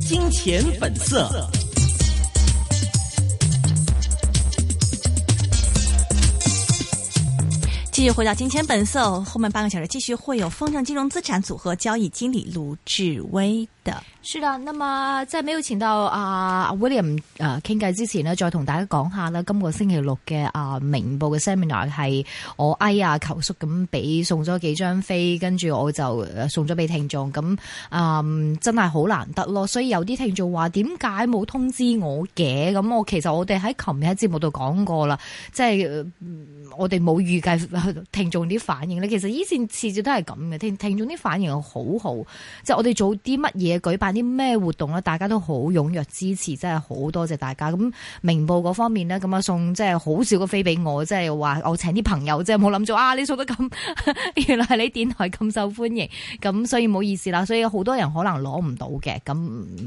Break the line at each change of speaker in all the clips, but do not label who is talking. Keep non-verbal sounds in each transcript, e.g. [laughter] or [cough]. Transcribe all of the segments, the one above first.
金钱本色。
继续回到《金钱本色》，后面半个小时继续会有风尚金融资产组合交易经理卢志威的。
是啦，咁啊，即係未有前到啊 William 誒傾偈之前呢，再同大家講下啦。今個星期六嘅啊明報嘅 seminar 係我哎啊求叔咁俾送咗幾張飛，跟住我就誒送咗俾聽眾。咁啊、嗯真係好難得咯。所以有啲聽眾話點解冇通知我嘅？咁我其實我哋喺琴日喺節目度講過啦，即係呃我哋冇預計呃聽眾啲反應咧。其實以前次次都係咁嘅，聽聽眾啲反應好好。即係我哋做啲乜嘢，舉辦啲咩活動咧，大家都好踴躍支持，真係好多謝大家。咁明報嗰方面呢，咁啊送即係好少個飛俾我，即係話我請啲朋友啫，冇諗住啊你送得咁， [laughs] 原來係你電台咁受歡迎，咁所以唔好意思啦。所以好多人可能攞唔到嘅，咁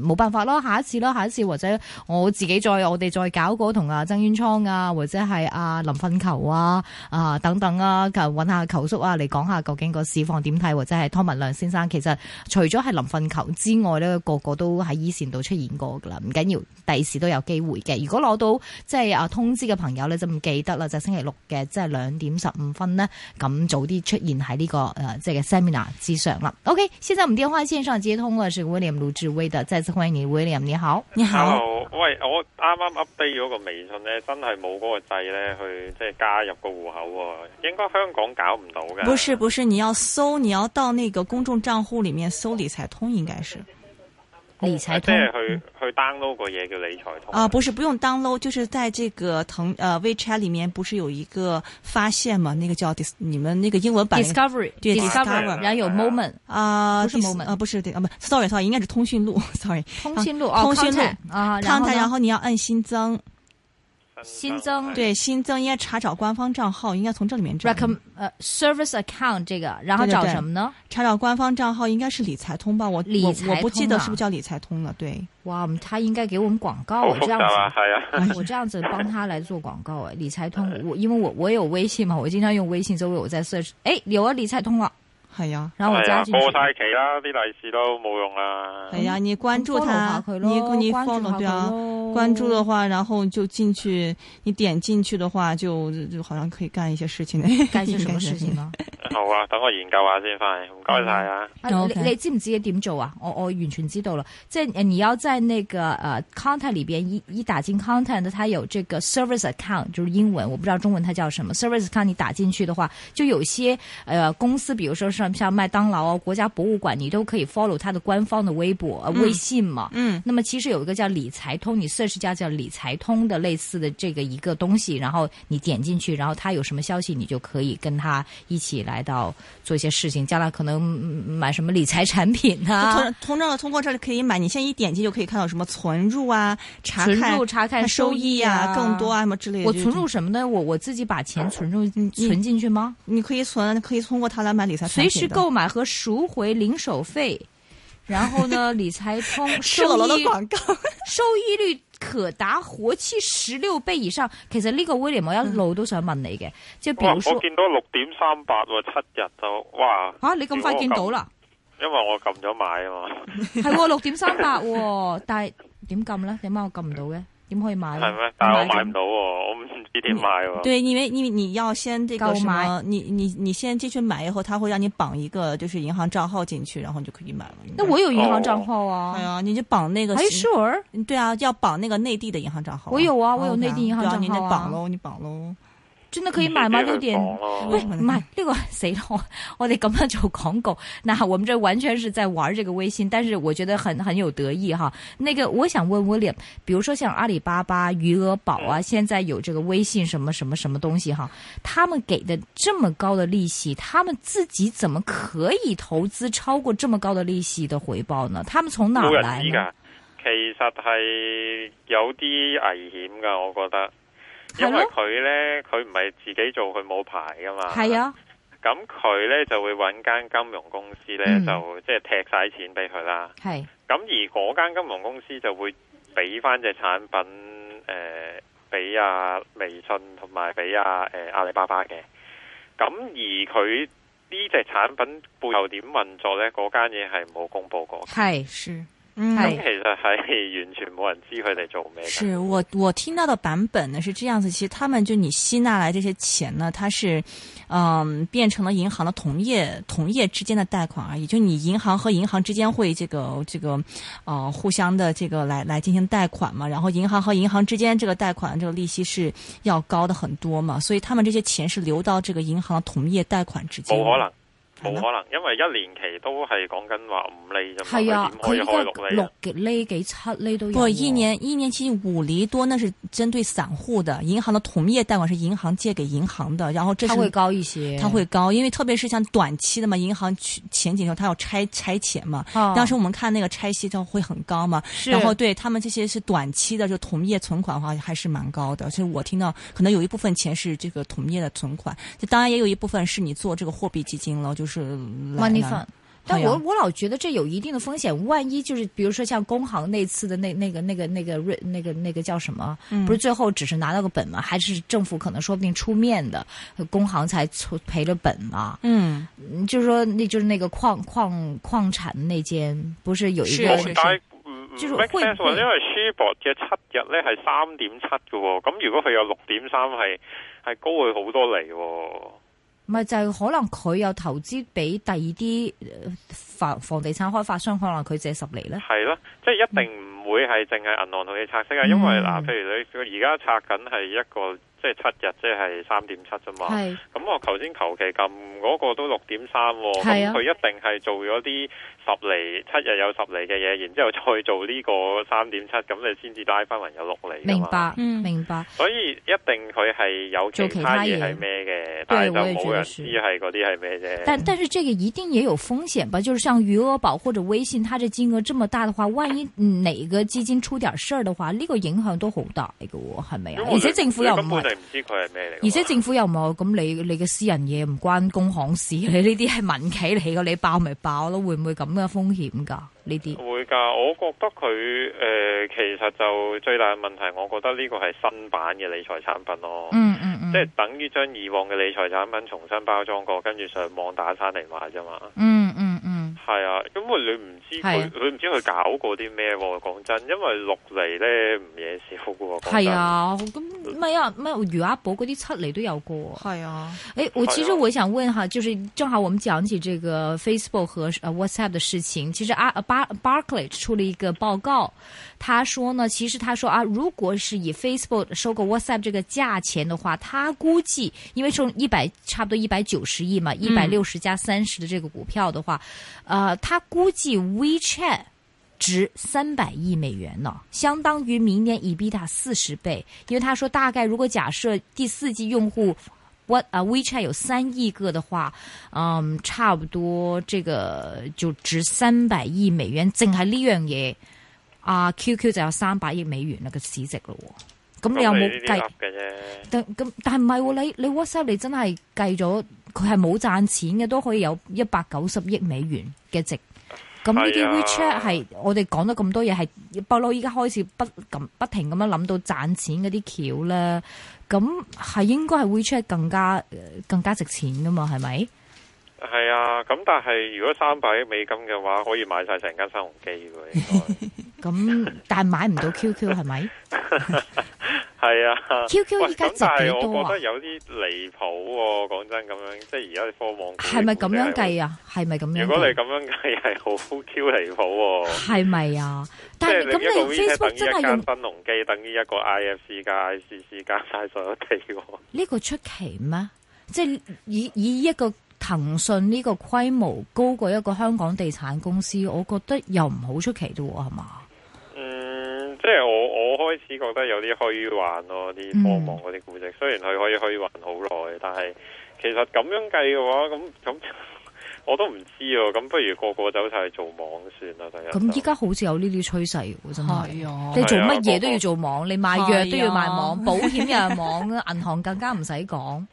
冇辦法咯，下一次咯，下一次或者我自己再我哋再搞過同阿曾淵滄啊，或者係阿林奮球啊啊等等啊，求揾下球叔啊嚟講下究竟個市況點睇，或者係湯文亮先生其實。除咗係臨瞓球之外咧，個個都喺依線度出現過噶啦，唔緊要，第時都有機會嘅。如果攞到即係啊通知嘅朋友咧，就唔記得啦，就星期六嘅即係兩點十五分呢，咁早啲出現喺呢、個呃即係嘅 seminar 之上啦。OK，現在我們電話線上接通嘅是 William 盧志威的，再次歡迎你，William 你好。
你好，
Hello，喂，我啱啱 update 咗個微信咧，真係冇嗰個掣咧，去即係加入個户口喎，應該香港搞唔到嘅。
不是不是，你要搜，你要到那个公众账户里面搜理财通，应该是
理財
即
通
係去去 download 個嘢叫理財通
啊、不是不用 download，就是在这个腾呃 WeChat 里面不是有一个发现嘛，那个叫 dis, 你们那个英文版
Discovery，
對
Discover
然後有 moment
啊，
不是
dis-
moment
啊，不是对啊，不，sorry sorry，应该是通讯录 [laughs] ，sorry，
通訊錄
啊
哦
通訊錄
contact，啊，
看看，
呢
然后你要按新增，
新
新增
对，新增应该查找官方账号，应该从这里面找。
recomm 呃 service account 这个，然後
對對
找
對
什麼呢？
查找官方账号应该是理财通吧？我
理
我
财
我不记得
通啊嗯
是不是叫理财通了，对。
哇，他應該給我們廣告
好
啊，
複
這樣
雜
子
啊，。係啊，
[laughs] 我这样子帮他来做广告哎，理财通，我因为我我有微信嘛，我经常用微信，所以我在 search，哎，有啊理财通了，
系啊，
然后我
係啊
加进去
過，晒期啦，啲利是都冇用啦。
系啊，你关注
follow
他
下，佢
你
咯，
你
关注
follow
下
对
佢
啊，
咯，
关注的话，然后就进去，你点进去的话，就就好像可以干一些事
[laughs]
情的。
干些什么事情呢？
好啊，等我研究下先，翻嚟唔該晒啊。
啊
哦 OK
你你知唔知點做啊？我我完全知道了，在呃你要在那个呃 contact 里边一一打进 contact，它有这个 service account，就是英文，我不知道中文它叫什么 service account。你打进去的话，就有些呃公司，比如说像像麦当劳啊、国家博物馆，你都可以 follow 它的官方的微博、呃、
嗯
微信嘛。
嗯，
那么其实有一个叫理财通，你 search 加叫理财通的类似的这个一个东西，然后你点进去，然后他有什么消息，你就可以跟他一起来到做一些事情，将来可能嗯买什么理财产品啊，
通通过通过这里可以买，你现在一点击就可以看到什么存入啊，查
存
看
入查看
看收
益
益啊，更多。啊什么之类的。
我
就
存入，什么呢？我我自己把钱存入存进去吗？
你可以存，可以通过它来买理财产
随
品
时
的。
购买和赎回零手费，然
[laughs]
后呢，理财通
赤裸
收
裸的
益
广告，
收益率可達活期十六倍以上。其實呢個 William 我一路都想問你嘅，即係比
哇，
如
哦我
說
見到六點三八喎，七日就哇，
啊，你咁快見到啦，
因為我撳咗買啊嘛，
係喎六點三八喎，但係點撳咧？點解我撳唔到嘅？點可以買呢？嗯
係咩？但係我買唔
唔
到喎，我唔知點買喎。
对，因为因为你要先这个
购
什
买
么，你你你先进去买以后，他会让你绑一个就是银行账号进去，然后你就可以买了。应该
那我有銀行帳號啊
哎。呀，你就绑那个
Are you
行
sure？
嗯对啊，要绑那个内地的银行账号啊。
我有啊我有
OK
内地银行
对啊
账
你
号
得
啊
绑喽，你绑喽。
真係可以買嗎？
自
六
己去
點
放咯 [laughs]
喂，唔係呢個死咯！ [laughs] 我我哋咁樣做廣告，那我們這完全是在玩這個微信，但是我覺得很很有得意哈。那個我想問 William，比如說像阿里巴巴、余額寶
嗯
啊，現在有這個微信什麼什麼什麼東西哈，他們給的這麼高的利息，他們自己怎麼可以投資超過這麼高的利息的回報呢？他們從哪
冇
兒
人
來
知
呢？
噶，其實係有啲危險噶，我覺得，因為
係咯
佢呢，佢唔係自己做，佢冇牌噶嘛。
係。啊，
咁佢呢就會揾間金融公司呢，
嗯
就即係踢晒錢俾佢啦。
係
咁而嗰間金融公司就會俾翻隻產品誒俾啊微信同埋俾啊誒阿里巴巴嘅。咁而佢呢隻產品背後點運作呢？嗰間嘢係冇公佈過嘅。
係
是，嗯
咁
係
其實係完全冇人知佢哋做咩嘅。
是我我听到的版本呢是这样子，其实他们就你吸纳来这些钱呢，它是，嗯，变成了银行的同业同业之间的贷款而已，就你银行和银行之间会这个这个，呃，互相的这个来来进行贷款嘛，然后银行和银行之间这个贷款这个利息是要高的很多嘛，所以他们这些钱是流到这个银行同业贷款之间，
冇可能。
係
冇
咯
可能，因為一年期都係講緊話五厘啫嘛，
係啊
你，點可
佢
以
依
開六
家
厘啊
六嘅呢幾七呢都有
不，
喎。
一年一年期五厘多，那是针对散户的。银行的同业贷款是银行借给银行的，然后这
它會
是
高一些，
它会高，因为特别是像短期的嘛，银行去前几天它要拆拆钱嘛。
啊
当时我们看那个拆息就会很高嘛，
是
然后对他们这些是短期的，就同业存款的话还是蛮高的。所以我听到可能有一部分钱是这个同业的存款，就当然也有一部分是你做这个货币基金了，就是来
money
来
fund。但我
好呀
我老觉得这有一定的风险，万一就是比如说像工行那次的那那个那个那个瑞那个那个叫什么，
嗯
不是最后只是拿到个本嘛，还是政府可能说不定出面的，工行才出赔了本嘛。
嗯，
嗯就是说，那就是那个矿矿矿产那间，不是有一
是
个
是
但係嗯唔
即
唔
係
make
會
sense 喎，
會
因為 Shibor 嘅七日咧係三點七嘅喎，咁如果佢有六點三係係高佢好多嚟喎。
咪就係可能佢有投資俾第二啲呃房房地產開發商，可能佢借十厘咧。
係咯，即係一定唔會係淨係銀行同你拆息啊，因為
嗯
嗱，譬如你而家拆緊係一個即係七日，即係三點七啫嘛。
係
咁我頭先求其撳嗰個都六點三喎，
係
咁
啊
佢一定係做咗啲十厘七日有十厘嘅嘢，然之後再做呢個三點七，咁你先至拉翻埋有六厘㗎嘛。
明白，
嗯
明白。
所以一定佢係有
做
其
其
他
他
嘢
嘢
係咩嘅，但係
我也
就
覺
冇
得
人
是
知係嗰啲係咩啫。
但但是这个一定也有风险吧？就是像余额宝或者微信，它这金额这么大的话，万一哪个基金出点事儿的話，呢、個影響都好大嘅喎，係咪
因
啊
為？
而
你
且政府又唔
你根
係，
本就唔知佢係咩嚟㗎嘛。
而且政府又唔係咁你你嘅私人嘢唔關工行事，你呢啲係民企嚟嘅，你爆咪爆咯，會唔會咁嘅風險㗎？呢啲
會㗎，我覺得佢誒、呃其實就最大嘅問題，我覺得呢個係新版嘅理財產品咯，
嗯嗯嗯，
即係等於將以往嘅理財產品重新包裝過，跟住上網打餐嚟買啫嘛。
嗯嗯嗯，
係啊，因為你唔知
係啊
佢，你唔知佢搞過啲咩喎。講真，因為六嚟咧唔嘢少㗎喎。講真
係，啊，咁唔係啊，咩餘額寶嗰啲七厘都有過喎。
好呀。
哎，我其实
好呀
我想问哈，就是正好我们讲起这个 Facebook 和呃 WhatsApp 的事情，其实啊呃巴 Barclay 出了一个报告，他说呢，其实他说啊，如果是以 Facebook 收购 WhatsApp 这个价钱的话，他估计因为从一百差不多一百九十亿嘛，一百六十加三十的这个股票的话，呃，他估计 WeChat。值三百亿美元呢，相当于明年 EBITDA 四十倍。因为他说，大概如果假设第四季用户 What 啊 WeChat 有三亿个的话，嗯，差不多这个就值三百亿美元，淨係呢樣嘢啊 QQ 就有三百億美元啦個市值咯喎。咁你有
咁
冇
呢啲
計
噏？嘅啫？
但咁但係唔係喎？你你 WhatsApp 你真係計咗佢係冇賺錢嘅，都可以有一百九十億美元嘅值。咁呢啲
係啊
WeChat 係我哋講咗咁多嘢，係不嬲依家開始不咁不停咁樣諗到賺錢嗰啲橋咧。咁係應該係 WeChat 更加呃更加值錢噶嘛？係咪？
係啊，咁但係如果三百億美金嘅話，可以買晒成間新鴻基嘅喎
[laughs]
應 [laughs]
咁但係買唔到 QQ 係咪
該。係啊。喂
？QQ 依家
咁
值
但
幾
係
多
我覺
啊
得？有啲離譜喎，講真咁樣，即係而家啲科網股
係咪咁樣計
啊？
啊？係咪咁樣計？
如果你咁樣計係好 Q 離譜喎，
係咪啊？但係
係
咁
你
你
一個 WeChat 等
Facebook
於
真係
一間
用
新鴻基，等於一個 IFC 加 ICC 加晒所有地喎。
呢個出奇咩？即係以以一個騰訊呢個規模高過一個香港地產公司，我覺得又唔好出奇啫喎，係嘛？
嗯，即係我我開始覺得有啲虛幻咯，啲科網嗰啲估值，雖然佢可以虛幻好耐，但係其實咁樣計嘅話，咁咁 [laughs] 我都唔知喎。咁不如個個走晒去做網算啦，第一就。
咁依家好似有呢啲趨勢喎，真係。
呀
啊
你做乜嘢都要做網，你賣藥都要賣網，
啊係啊
保險又係網， [laughs] 銀行更加唔使講，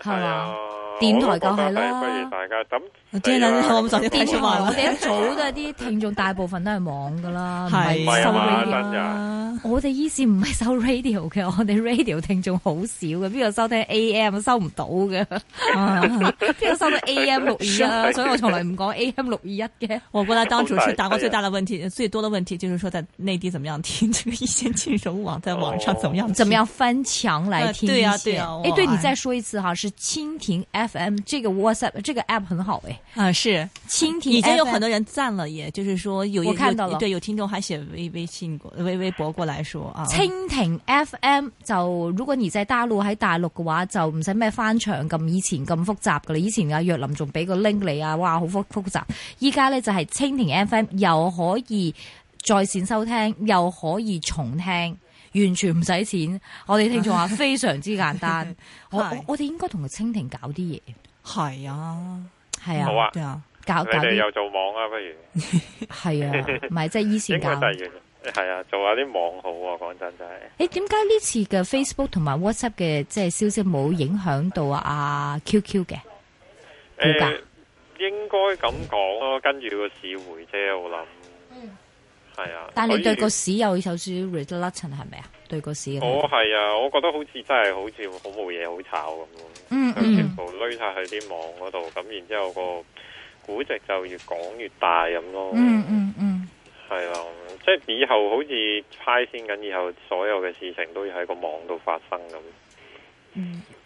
係
係啊
嘛？電台
我都覺
夠係
得
啦
不如大家咁
真係啊啦，我們早就
電
開始
視
玩
我
啦，
哋一早嘅啲聽眾大部分都係網噶啦，唔
係
係
唔係
收
啊嘛
radio。
真
啊
㗎
我哋依線唔係收 radio 嘅，我哋 radio 聽眾好少嘅，邊個收聽 AM 收唔到嘅，
啊
邊個收到 AM 六二一
[laughs]
啊？所以我從來唔講 AM 六二一嘅。
我过来当主持，答过最大的问题，最多的问题就是说，在内地怎么样听这个一线金融网，在网上怎么样听
怎么样翻墙来听一
呃
些？
对啊对啊
哎，
哇
对你再说一次哈，是蜻蜓 FM 这个 WhatsApp 这个 app 很好哎，
啊？是
蜻蜓
已经有
FM
很多人赞了耶，也就是说有
我看到
有
了
对有听众还写微微信过微微博过来说啊，
蜻蜓 FM 就如果而在大陸喺大陸嘅話，就唔使咩翻牆咁以前咁複雜噶啦。以前阿若林仲俾個 link 你啊，哇，好複複雜。依家咧就係蜻蜓 FM 又可以在線收聽，又可以重聽。完全唔使錢，我哋聽眾話非常之簡單。我
係
我我哋應該同個蜻蜓搞啲嘢，
系啊，
係
好
啊，
啊，
对啊，
搞
你
搞
哋
啲
又做網啊，不如
係
[laughs]
啊，唔係即係以前
應該
搞
第。二係啊，做下啲網好啊，講真真
誒
係。
點解呢次嘅 Facebook 同埋 WhatsApp 嘅即係消息冇影響到啊 QQ 嘅？股
诶、
價
应该呃咁講咯，跟住個市回啫，我諗。係
嗯
啊。
但係你對個
所
市有少少 reluctant 係咪啊？對個市嘅
以，我係啊，我覺得好似真係好似好冇嘢好炒咁咯。
嗯
佢全
嗯，
部攏晒去啲網嗰度，咁然之後個估值就越講越大咁咯。
嗯嗯嗯，
係啊，即係以後好似派先緊，以後所有嘅事情都要喺個網度發生咁。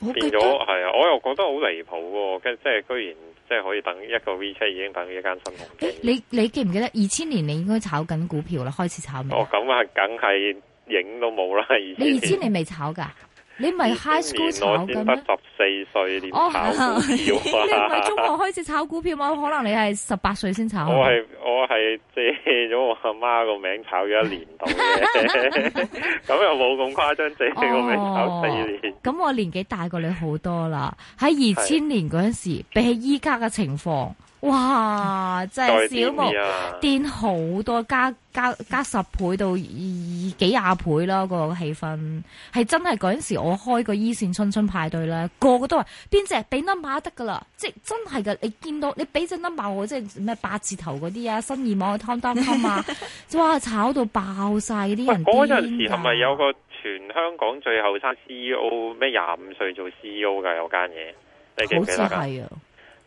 我
變
覺
咗
得
係啊，我又覺得好離譜喎，跟即係居然即係可以等一個 WeChat 已經等於一間新鴻
誒
基。
你你記唔記得二千年你應該炒緊股票啦，開始炒未啊
哦，？咁啊，梗係影都冇啦，以
你二千
前。
年未炒㗎？你唔係 high school
我
炒
先
緊
得
咩？
十四歲，點炒
哦
股
[laughs] 你唔
票啊
係？中學開始炒股票嘛？可能你係十八歲先炒。
我係我係借咗我阿媽個名炒咗一年度嘅，
[laughs]
咁又冇咁誇張，借佢個名炒四
哦
年。
咁我年紀大過你好多啦，喺二千年嗰陣時，比起依家嘅情況，哇！真
再
係
點
小木
啲啊！
癲好多，加加加十倍到二幾廿倍啦，個氣氛係真係嗰陣時，我開個依線春春派對咧，個個都話邊只俾 number 得噶啦，即係真係噶，你見到你俾只 number 我，即係咩八字頭嗰啲啊，新意網嘅湯湯湯
[laughs]
啊，哇！炒到爆晒啲
喂，
人癲
嗰陣
㗎
時係咪有個全香港最後生 CEO 咩廿五歲做 CEO 㗎？有間嘢，你記唔
好
記
似
得啊？
係啊！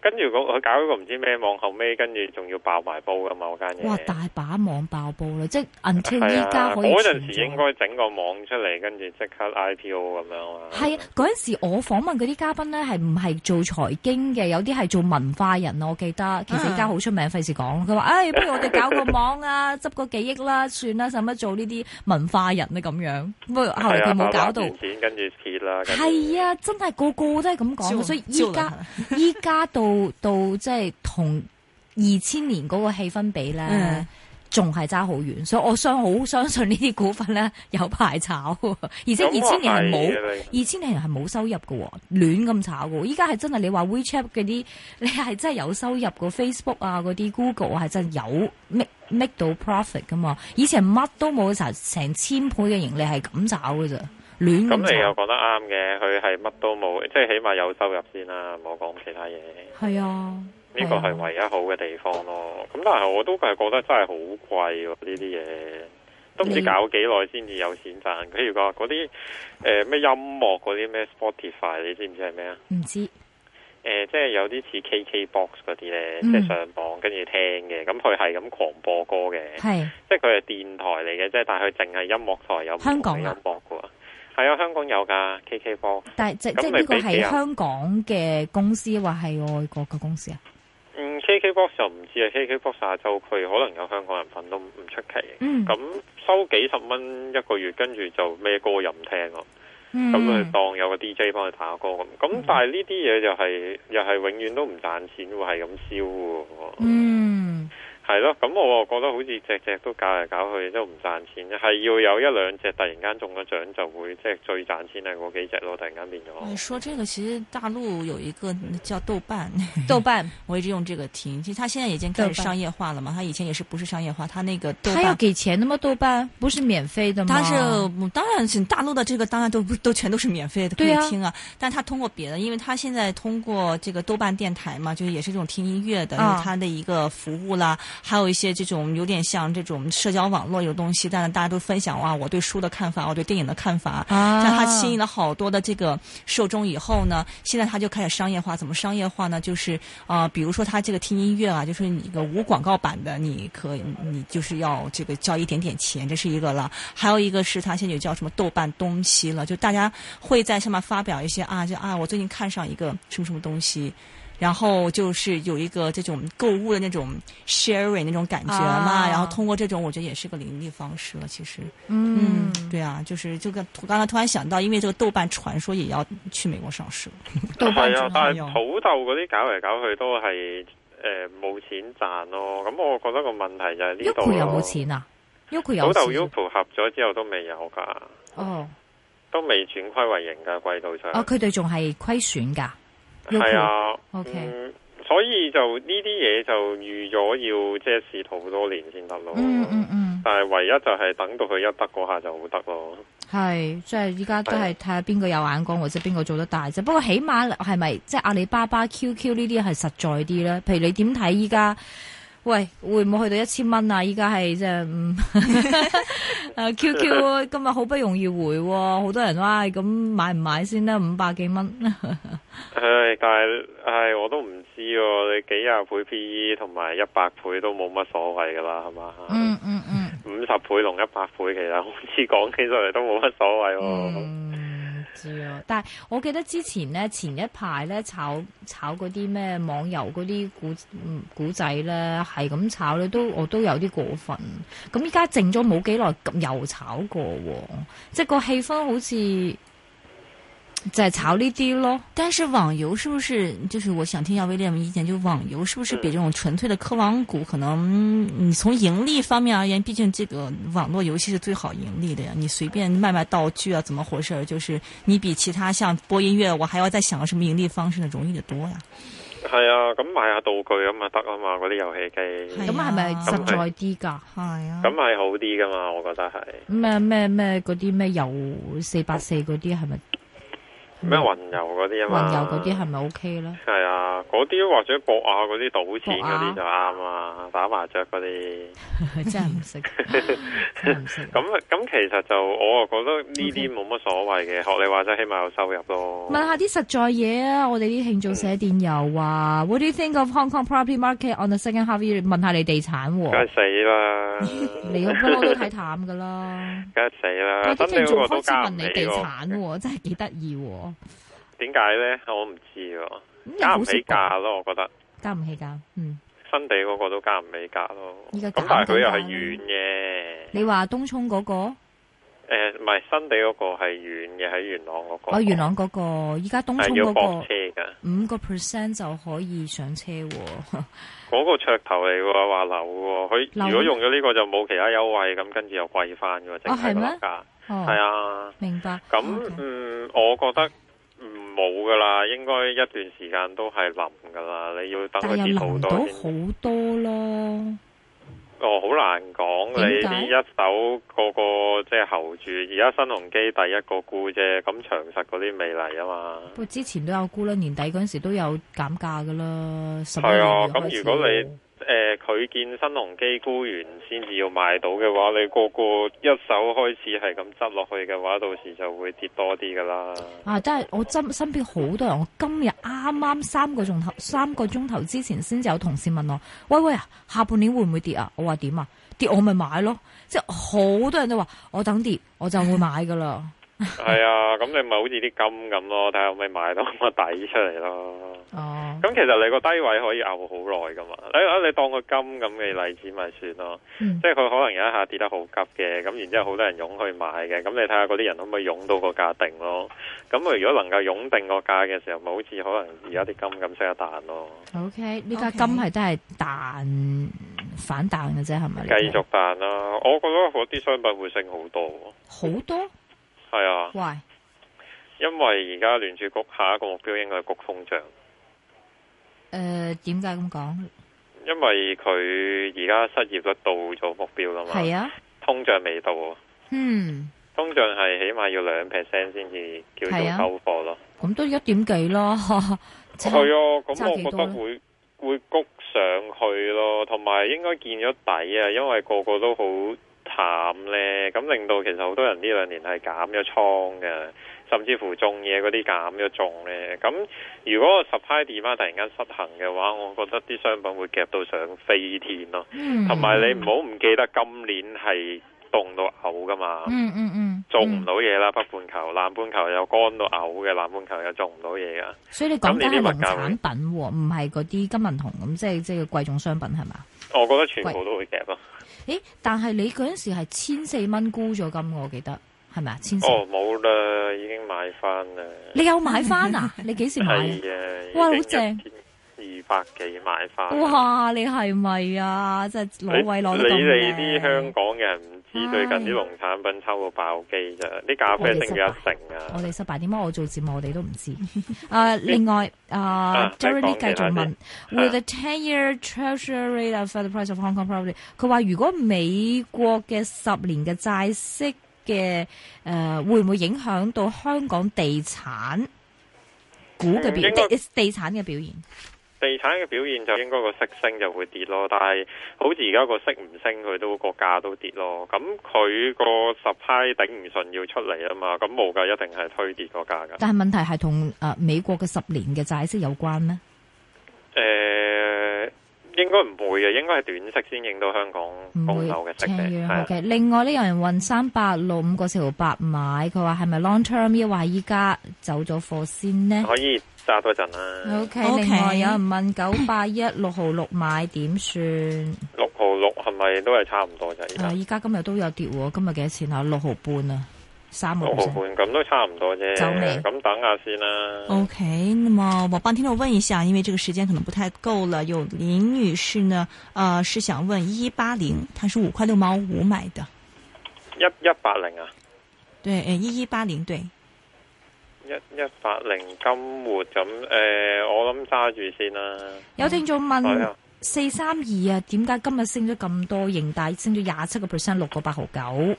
跟住嗰佢搞咗個唔知咩網，後尾跟住仲要爆埋煲㗎嘛？嗰間嘢。
哇！大把網爆煲啦，即係 until
係
依家
啊，
可以
嗰
存
陣時
在
應該整個網出嚟，跟住即刻 IPO 咁樣啊。
係啊，嗰陣時我訪問嗰啲嘉賓咧，係唔係做財經嘅，有啲係做文化人啊我記得，其實而家好出名，費事講。佢話：，唉、不如我哋搞個網啊，執個幾億啦，算啦，使乜做呢啲文化人啊咁樣？不過
啊
後嚟佢冇搞到。
錢跟住揭啦。跟住
係啊，真係個個都係咁
救
講，所以
救
依
了
家依家到到即係同二千年嗰個氣氛比咧
嗯，
仲係爭好遠，所以我相好相信呢啲股份咧有排炒喎，而
啊
且二千年係冇。
冇。
二千年係冇收入嘅喎，亂咁炒嘅喎。依家係真係你話 WeChat 嗰啲， [laughs] 你係真係有收入嘅。Facebook 啊，嗰啲 Google 啊係真係有 make make 到 profit 噶嘛。以前乜都冇嘅時候，成千倍嘅盈利係咁炒嘅咋，亂
咁
咁
你又
炒。
講得啱嘅，佢係乜都冇，即係起碼有收入先啦，冇講其他嘢。呢
係啊，
個
係啊
係唯一好嘅地方咯。咁但係我都係覺得真係好貴喎，呢啲嘢都唔知
你
搞幾耐先至有錢賺。譬如講嗰啲誒咩音樂嗰啲咩 Spotify，你知唔知係咩啊？
唔知
誒、呃即係有啲似 KKBox 嗰啲咧，
嗯
即係上網跟住聽嘅，咁佢係咁狂播歌嘅，
係
即係佢係電台嚟嘅啫，但係佢淨係音樂台有唔
香
同嘅
港
音
啊
樂嘅喎。係啊，香港有㗎 KKBox。
但係即
咁
即係
你
呢個
俾幾
係
啊
香港嘅公司或係外國嘅公司啊？
嗯，KKBox 就唔知啊，KKBox 亞洲區可能有香港人份都唔出奇。
嗯
咁收幾十蚊一個月，跟住就咩歌任聽咯。咁佢
嗯，
當有個 DJ 幫佢打歌咁。咁但係呢啲嘢就係又係永遠都唔賺錢喎，係咁燒喎。
嗯，
係咯，咁我又覺得好似隻隻都搞嚟搞去都唔賺錢，係要有一兩隻突然間中咗獎就會即係最賺錢係嗰幾隻咯，突然間變
嗯
你
咗。
嗯说这个，其实大陆有一个叫豆瓣， [laughs]
豆瓣，
我一直用这个听。其实它现在已经开
豆
始
瓣
商业化了嘛，它以前也是不是商业化，它那个豆
它要
瓣。
给钱的吗？豆瓣不是免费的吗？啊
它是嗯当然是大陆的这个当然都不都全都是免费的可
对
以
啊
听啊，但它通过别的，因为它现在通过这个豆瓣电台嘛，就是也是这种听音乐的，
啊
有它的一个服务啦，还有一些这种有点像这种社交网络有东西，但是大家都分享哇，我对书的看法，我对电影的看法，
啊，
但他吸引了好多的这个受众以后呢，现在他就开始商业化。怎么商业化呢？就是呃，比如说他这个听音乐啊，就是你一个无广告版的，你可以你就是要这个交一点点钱，这是一个了。还有一个是他现在有叫什么豆瓣东西了，就大家会在上面发表一些啊，就啊，我最近看上一个什么什么东西。然后就是有一个这种购物的那种 sharing 那种感觉嘛，
啊
然后通过这种，我觉得也是个盈利方式了，其实。
嗯
嗯，，对啊，就是就跟我刚才突然想到，因为这个豆瓣传说也要去美国上市，
豆瓣
係啊，但
仲有
係土豆嗰啲搞嚟搞去都係誒冇錢賺咯。咁我覺得個問題就係呢
Yoko
度
有冇
咯。
錢啊？Yoko 有
土豆
錢
Yoko 合咗之後都未有㗎，
哦，
都未轉虧為盈㗎季度上。
哦，佢哋仲係虧損㗎。
係啊
OK
嗯所以就呢啲嘢就預咗要即係試圖好多年先得咯。
嗯嗯嗯，
但係唯一就係等到佢一得嗰下就好得咯。
係，即係依家都係
係
睇下邊個有眼光或者邊個做得大啫。不過起碼係咪即係阿里巴巴、QQ 呢啲係實在啲咧？譬如你點睇依家？喂，會唔會去到一千蚊啊？依家係即係 [laughs] 啊嗯，誒 QQ 今日啊好不容易回喎，好多人話哎唉咁買唔買先啦？五百幾蚊，
唉，但係唉，我都唔知喎。你幾廿倍 P E 同埋一百倍都冇乜所謂㗎啦，係嘛？
嗯嗯嗯
五十倍同一百倍其實好似講起上嚟都冇乜所謂喎。
嗯，唔知咯。但係我記得之前咧，前一排咧炒炒嗰啲咩網遊嗰啲股嗯股仔咧，係咁炒咧，都我都有啲過分。咁依家靜咗冇幾耐，咁又炒過喎，即係個氣氛好似就係炒呢啲咯。
但是网游是不是就是我想听一下威廉的意见，就网游是不是比这种纯粹的科网股，可能你从盈利方面而言，毕竟这个网络游戏是最好盈利的呀，你随便卖卖道具啊，怎么回事儿？就是你比其他像播音乐，我还要再想什么盈利方式呢，容易得多呀。
係啊，咁買下道具咁啊得啊嘛，嗰啲遊戲機
係
咁係咪
啊
實在啲㗎？
系啊
咁係好啲噶嘛，我覺得係
咩咩咩嗰啲咩遊四八四嗰啲係咪
咩雲遊嗰啲啊
嗯
嘛，
雲遊嗰啲係咪 OK 咧？
係啊，嗰啲或者博啊嗰啲賭錢嗰啲就
博
啱啊，打麻雀嗰啲。
[laughs] 真係唔識，真係唔識。
咁咁其實就我啊覺得呢啲冇乜所謂嘅，學你話齋，起碼有收入咯。
問下啲實在嘢啊！我哋啲聽眾寫電郵話，What do you think of Hong Kong property market on the second half year？問下你地產
梗
喎，
係死
[laughs]
啦，
你不嬲都睇淡噶啦。
梗係死啦！
有
新
啲聽
料
眾
嗰個都
開始
加
問
唔
你
起嗯
地產
喎，
喎，真係幾得意喎。
點解咧？我唔知
咁
喎，
又
加
好
唔
少
起價咯，我覺得。
加唔起價。嗯，
新地嗰個都加唔起價咯，
依家
咁但係佢又係
減緊價啦
遠嘅，
你話東涌嗰個，
誒唔係新地嗰個係遠嘅，喺元朗嗰個，
哦我元朗嗰個，依家東
係
涌嗰
要駁
個
車㗎，
五個 percent 就可以上車喎。
嗰個噱頭嚟喎，話樓喎，
樓
佢如果用咗呢個就冇其他優惠，咁跟住又貴翻㗎，淨
係
係個
咩
樓價，係
哦，
啊。
明白。哦
咁
OK
嗯，我覺得嗯冇噶啦，應該一段時間都係冧噶啦。你要
但
等佢
係
跌
又
好
臨到
多先。
好多咯。
哦，好難講。
點
你
解
呢一手個個即係候住，而家新鴻基第一個沽啫，咁長實嗰啲未嚟啊嘛。
不過之前都有估啦，年底嗰阵时都有減價噶啦，十一
係啊
月開始
咁如果你誒、佢見新鴻基沽完先至要買到嘅話，你個個一手開始係咁執落去嘅話，到時就會跌多啲噶啦。
啊，但係我真身邊好多人，我今日啱啱三個鐘頭三個鐘頭之前先至有同事問我，喂喂啊，下半年會唔會跌啊？我話點啊？跌我咪買咯，即係好多人都話我等跌我就會買噶啦。
[laughs] 係啊，咁你咪好似啲金咁咯，睇下可唔可以買到個底出嚟咯。
哦，
咁其實你個低位可以拗好耐噶嘛？哎啊你你當個金咁嘅例子咪算咯，
嗯
即係佢可能有一下跌得好急嘅，咁然之後好多人湧去買嘅，咁你睇下嗰啲人可唔可以湧到個價定咯？咁佢如果能夠湧定個價嘅時候，咪好似可能而家啲金咁識得彈咯。
，OK，呢家
OK
金係都係彈反彈嘅啫，係咪？
繼續彈啦。我覺得嗰啲商品會升好多
好多，
喎，係啊，
喂，
因為而家聯儲局下一個目標應該係谷通脹，
誒點解咁講？
因為佢而家失業率到咗目標啦嘛，
係啊，
通脹未到啊，
嗯，
通脹係起碼要兩 percent 先至叫做
係啊
收貨咯。
咁都一點幾
[laughs]
咯，
係
真係
啊，咁
差
我
幾
覺
多嗯
得
呢
會會谷上去咯，同埋應該見咗底啊，因為個個都好淡呢。咁令到其實好多人呢兩年係減咗倉嘅，甚至乎種嘢嗰啲減咗種呢。咁如果個 supply demand 突然間失衡嘅話，我覺得啲商品會夾到上飛天咯。
嗯
同埋你唔好唔記得今年係凍到嘔噶嘛。
嗯嗯嗯，
做唔到嘢啦，北半球、南半球又乾到嘔嘅，南半球又做唔到嘢噶。
所以你講緊係農
咁你啲物價
產
會
品喎，唔係嗰啲金銀銅咁，即係即係貴重商品係嘛？
我覺得全部都會夾咯。
咦，但係你嗰陣時係千四蚊沽咗金，我記得係咪啊？千四，
哦，冇啦，已經買翻啦。
你有買翻
[laughs]
啊？你幾時買啊？
係啊，
哇
已
好正
經一千二百幾買翻。
哇！你係咪啊？即係攞位攞
你
得咁
你
靚
哋啲香港嘅人唔知
唉
最近啲農產品抽到爆機啫，啲咖啡升咗一成
我
啊！
哋失敗，點解我做節目我哋都唔
[laughs]
知？啊，另外啊
啊
j e r e m y
你
繼
講
續問
其
Will the ten-year Treasury rate affect the price of Hong Kong property？佢話如果美國嘅十年嘅債息嘅誒、呃，會唔會影響到香港地產股嘅表
嗯應該
地地產嘅表現？
地產嘅表現就應該個息升就會跌咯，但係好似而家個息唔升，佢都個價都跌咯。咁佢個 supply 頂唔順要出嚟啊嘛，咁冇計，一定係推跌個價㗎。
但係問題係同誒美國嘅十年嘅債息有關咩？
诶、應該唔會嘅，應該係短息先影到香港
唔
供
會
樓嘅息
青
嘅，係
嗯嘅。
啊
OK，另外呢，有人問三八六五個四毫八買，佢話係咪 long term 抑或係依家走咗貨先呢
可以揸多陣啦。
？OK，
OK
另外有人問九八一六毫六買點算？
六號六係咪都係差唔多啫？而家
啊，依家今日都有跌喎，今日幾多錢啊？六毫半啊，三個
六號
percent。
半咁都差唔多啫。
走未
咁等下先啦。
OK，那么我帮听众问一下，因为这个时间可能不太够了。有林女士呢，呃，是想问一八零，她是五块六毛五买的，
一一八零啊，
对，呃，一一八零，对，
一一八零金活咁诶、誒我諗揸住先啦。
有聽眾
係
問
啊，
四三二啊，點解今日升咗咁多？盈大升咗廿七個 percent，六個八毫九。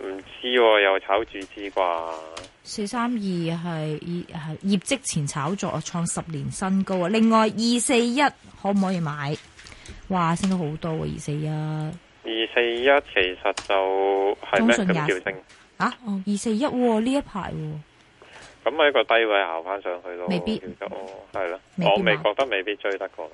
唔知喎、又炒注資啩？
四三二係業係業績前炒作啊，創十年新高啊！另外二四一可唔可以買？哇，升咗好多啊！二四一啊，
二四一其實就係
中
咩
信
咁
廿
調整，
哦，
啊二四一呢一排喎，
咁喺個低位熬翻上去咯。
未必
叫做係咯，
未必
我未
買
覺得未必追得過。